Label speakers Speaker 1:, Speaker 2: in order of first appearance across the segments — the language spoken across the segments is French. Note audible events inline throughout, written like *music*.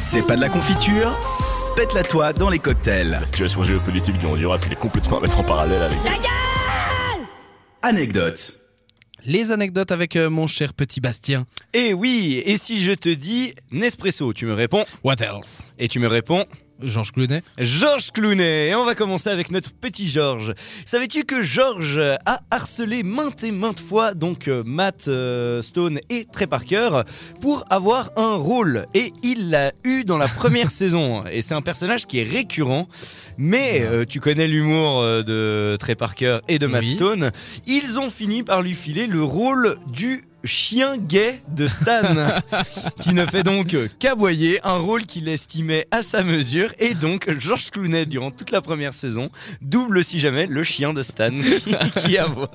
Speaker 1: C'est pas de la confiture Pète-la toi dans les cocktails.
Speaker 2: La situation géopolitique du Honduras, il est complètement à mettre en parallèle avec.
Speaker 1: Anecdote.
Speaker 3: Les anecdotes avec euh, mon cher petit Bastien.
Speaker 4: Et Eh oui, et si je te dis Nespresso, tu me réponds,
Speaker 3: What else
Speaker 4: et tu me réponds
Speaker 3: Georges Clooney
Speaker 4: Georges Clounet. Et on va commencer avec notre petit Georges. Savais-tu que Georges a harcelé maintes et maintes fois donc euh, Matt euh, Stone et Trey Parker pour avoir un rôle et il l'a eu dans la première saison et c'est un personnage qui est récurrent mais euh, tu connais l'humour euh, de Trey Parker et de Matt
Speaker 3: Oui.
Speaker 4: Stone. Ils ont fini par lui filer le rôle du chien gay de Stan, qui ne fait donc qu'aboyer, un rôle qu'il estimait à sa mesure, et donc George Clooney, durant toute la première saison, double si jamais le chien de Stan qui, *laughs* qui aboie.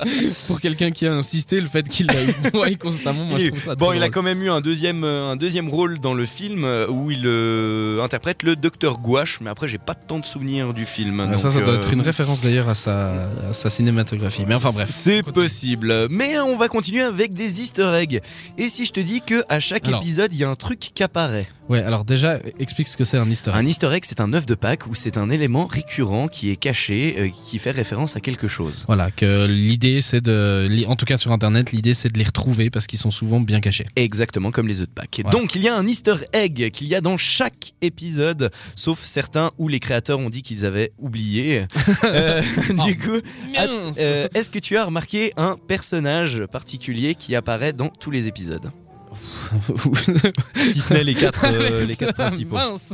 Speaker 3: Pour quelqu'un qui a insisté, le fait qu'il l'a
Speaker 4: *laughs*
Speaker 3: eu ouais, constamment, moi je trouve ça
Speaker 4: bon,
Speaker 3: très
Speaker 4: il a
Speaker 3: drôle.
Speaker 4: quand même eu un deuxième, euh, un deuxième rôle dans le film euh, où il euh, interprète le docteur Gouache, mais après j'ai pas tant de souvenirs du film.
Speaker 3: Ah, ça,
Speaker 4: donc,
Speaker 3: ça doit
Speaker 4: euh,
Speaker 3: être une référence d'ailleurs à sa, à sa cinématographie. Mais enfin bref.
Speaker 4: C'est
Speaker 3: continue.
Speaker 4: possible. Mais on va continuer avec des easter eggs. Et si je te dis que à chaque
Speaker 3: Alors.
Speaker 4: épisode, il y a un truc qui apparaît.
Speaker 3: Ouais, alors déjà, explique ce que c'est un easter egg.
Speaker 4: Un easter egg, c'est un œuf de Pâques ou c'est un élément récurrent qui est caché, euh, qui fait référence à quelque chose.
Speaker 3: Voilà, que l'idée c'est de. li- En tout cas sur internet, l'idée c'est de les retrouver parce qu'ils sont souvent bien cachés.
Speaker 4: Exactement comme les œufs de Pâques.
Speaker 3: Voilà.
Speaker 4: Donc il y a un easter egg qu'il y a dans chaque épisode, sauf certains où les créateurs ont dit qu'ils avaient oublié. *laughs* Euh,
Speaker 3: Oh,
Speaker 4: du coup, Ah,
Speaker 3: Mince
Speaker 4: *laughs* euh, est-ce que tu as remarqué un personnage particulier qui apparaît dans tous les épisodes *laughs* Si ce n'est les *laughs* quatre, euh, les quatre principaux.
Speaker 3: Mince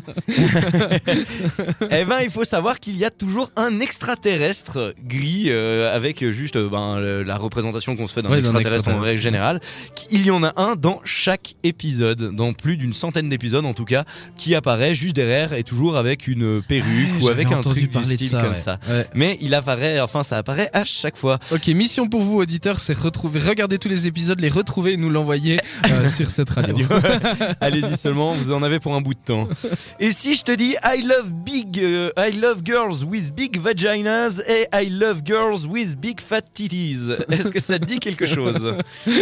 Speaker 4: Eh ben, il faut savoir qu'il y a toujours un extraterrestre gris euh, avec juste euh, ben, le- la représentation qu'on se fait d'un
Speaker 3: Ouais, d'un
Speaker 4: extraterrestre en
Speaker 3: extraterrestre.
Speaker 4: règle générale. Qui- Il y en a un dans chaque épisode, dans plus d'une centaine d'épisodes en tout cas, qui apparaît juste derrière et toujours avec une perruque ou
Speaker 3: J'avais
Speaker 4: avec un
Speaker 3: entendu
Speaker 4: truc du
Speaker 3: parler de
Speaker 4: style
Speaker 3: ça,
Speaker 4: comme
Speaker 3: ouais.
Speaker 4: ça.
Speaker 3: Ouais.
Speaker 4: Mais il apparaît, enfin ça apparaît à chaque fois.
Speaker 3: Ok, mission pour vous, auditeurs, c'est retrouver, regarder tous les épisodes, les retrouver et nous l'envoyer
Speaker 4: *laughs*
Speaker 3: euh, sur cette radio.
Speaker 4: Allez-y seulement, vous en avez pour un bout de temps. Et si je te dis I love big, euh, I love girls with big vaginas et I love girls with big fat titties, est-ce que ça te dit quelque chose
Speaker 3: *laughs*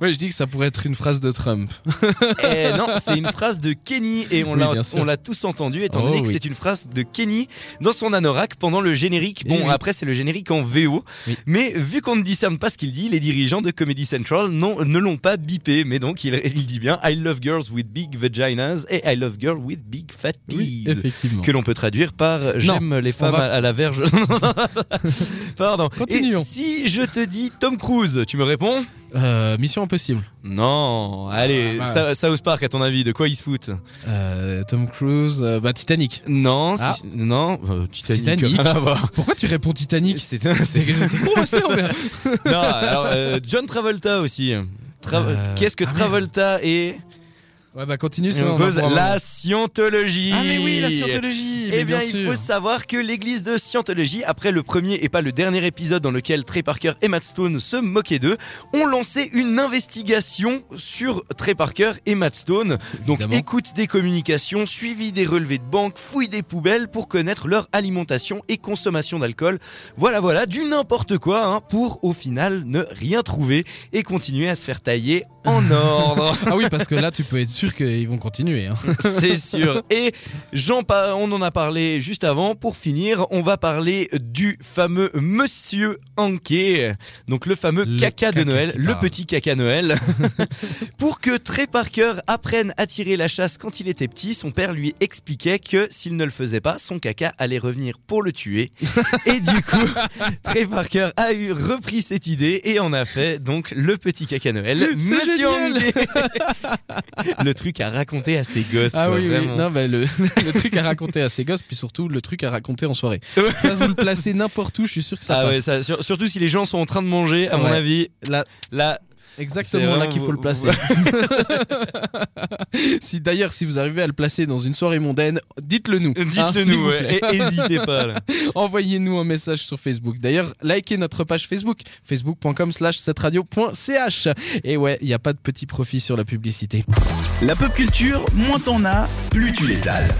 Speaker 3: Ouais, je dis que ça pourrait être une phrase de Trump.
Speaker 4: Eh non, c'est une phrase de Kenny et on
Speaker 3: Oui,
Speaker 4: l'a-
Speaker 3: bien sûr.
Speaker 4: on l'a tous entendu étant
Speaker 3: Oh
Speaker 4: donné que
Speaker 3: oui.
Speaker 4: c'est une phrase de Kenny dans son anorak pendant le générique.
Speaker 3: Eh
Speaker 4: Bon,
Speaker 3: oui.
Speaker 4: après c'est le générique en VO,
Speaker 3: Oui.
Speaker 4: mais vu qu'on ne discerne pas ce qu'il dit, les dirigeants de Comedy Central non, ne l'ont pas bipé, mais donc il, il dit bien I love girls with big vaginas et I love girls with big fat
Speaker 3: Oui,
Speaker 4: titties.
Speaker 3: effectivement.
Speaker 4: que l'on peut traduire par j'aime les femmes
Speaker 3: va-
Speaker 4: à, à la verge.
Speaker 3: *laughs*
Speaker 4: Pardon.
Speaker 3: Continuons.
Speaker 4: Et si je te dis Tom Cruise, tu me réponds
Speaker 3: Euh, mission impossible.
Speaker 4: Non. Allez,
Speaker 3: Ah,
Speaker 4: ça South Park à ton avis, de quoi ils se foutent
Speaker 3: Euh, Tom Cruise, euh, bah Titanic.
Speaker 4: Non, si-
Speaker 3: Ah.
Speaker 4: non, euh, Titanic.
Speaker 3: Titanic.
Speaker 4: rien à voir.
Speaker 3: Pourquoi tu réponds Titanic
Speaker 4: bah, *laughs* C'est c'est-
Speaker 3: T'es- t'es con, Bastien, ou bien
Speaker 4: Non, alors euh, John Travolta aussi. Tra-
Speaker 3: Euh,
Speaker 4: Qu'est-ce que
Speaker 3: ah,
Speaker 4: Travolta est
Speaker 3: Ouais, bah continue.
Speaker 4: Et
Speaker 3: sinon
Speaker 4: on
Speaker 3: on en
Speaker 4: cause
Speaker 3: prend un
Speaker 4: la
Speaker 3: moment.
Speaker 4: scientologie.
Speaker 3: Ah mais oui, la scientologie.
Speaker 4: Eh
Speaker 3: mais
Speaker 4: bien, il
Speaker 3: sûr.
Speaker 4: faut savoir que l'église de Scientologie, après le premier et pas le dernier épisode dans lequel Trey Parker et Matt Stone se moquaient d'eux, ont lancé une investigation sur Trey Parker et Matt Stone. Donc
Speaker 3: Évidemment.
Speaker 4: écoute des communications, suivi des relevés de banque, fouille des poubelles pour connaître leur alimentation et consommation d'alcool. Voilà, voilà, du n'importe quoi hein, pour au final ne rien trouver et continuer à se faire tailler en ordre.
Speaker 3: Ah oui, parce que là, tu peux être sûr qu'ils vont continuer. hein.
Speaker 4: C'est sûr. Et Jean, pa- on en a parlé juste avant. Pour finir, on va parler du fameux Monsieur Anquet. Donc le fameux
Speaker 3: Le
Speaker 4: caca de
Speaker 3: caca
Speaker 4: Noël,
Speaker 3: qui
Speaker 4: le
Speaker 3: parle.
Speaker 4: petit caca Noël. *laughs* Pour que Trey Parker apprenne à tirer la chasse quand il était petit, son père lui expliquait que s'il ne le faisait pas, son caca allait revenir pour le tuer. Et
Speaker 3: *laughs*
Speaker 4: du coup, Trey Parker a eu repris cette idée et en a fait donc le petit caca Noël,
Speaker 3: C'est
Speaker 4: Monsieur
Speaker 3: génial.
Speaker 4: Anquet. le truc à raconter à ses gosses.
Speaker 3: Ah
Speaker 4: quoi,
Speaker 3: oui, oui.
Speaker 4: vraiment.
Speaker 3: Non, bah, le, *laughs* le truc à raconter à ses gosses, puis surtout le truc à raconter en soirée.
Speaker 4: *laughs*
Speaker 3: Ça, vous le placez n'importe où, je suis sûr que ça
Speaker 4: Ah
Speaker 3: passe.
Speaker 4: ouais, ça- sur- surtout si les gens sont en train de manger, à mon
Speaker 3: Ouais.
Speaker 4: avis,
Speaker 3: Là,
Speaker 4: là, C'est
Speaker 3: exactement
Speaker 4: vraiment
Speaker 3: là qu'il faut le
Speaker 4: vos-
Speaker 3: placer. *laughs* si d'ailleurs, si vous arrivez à le placer dans une soirée mondaine, dites-le nous. hein,
Speaker 4: dites-le
Speaker 3: s'il
Speaker 4: nous,
Speaker 3: vous
Speaker 4: ouais,
Speaker 3: plaît.
Speaker 4: et hésitez pas. là.
Speaker 3: *laughs* Envoyez-nous un message sur Facebook. D'ailleurs, likez notre page Facebook, facebook.com slash radio.ch Et ouais, il n'y a pas de petit profit sur la publicité.
Speaker 1: La pop culture, moins t'en as, plus tu l'étales.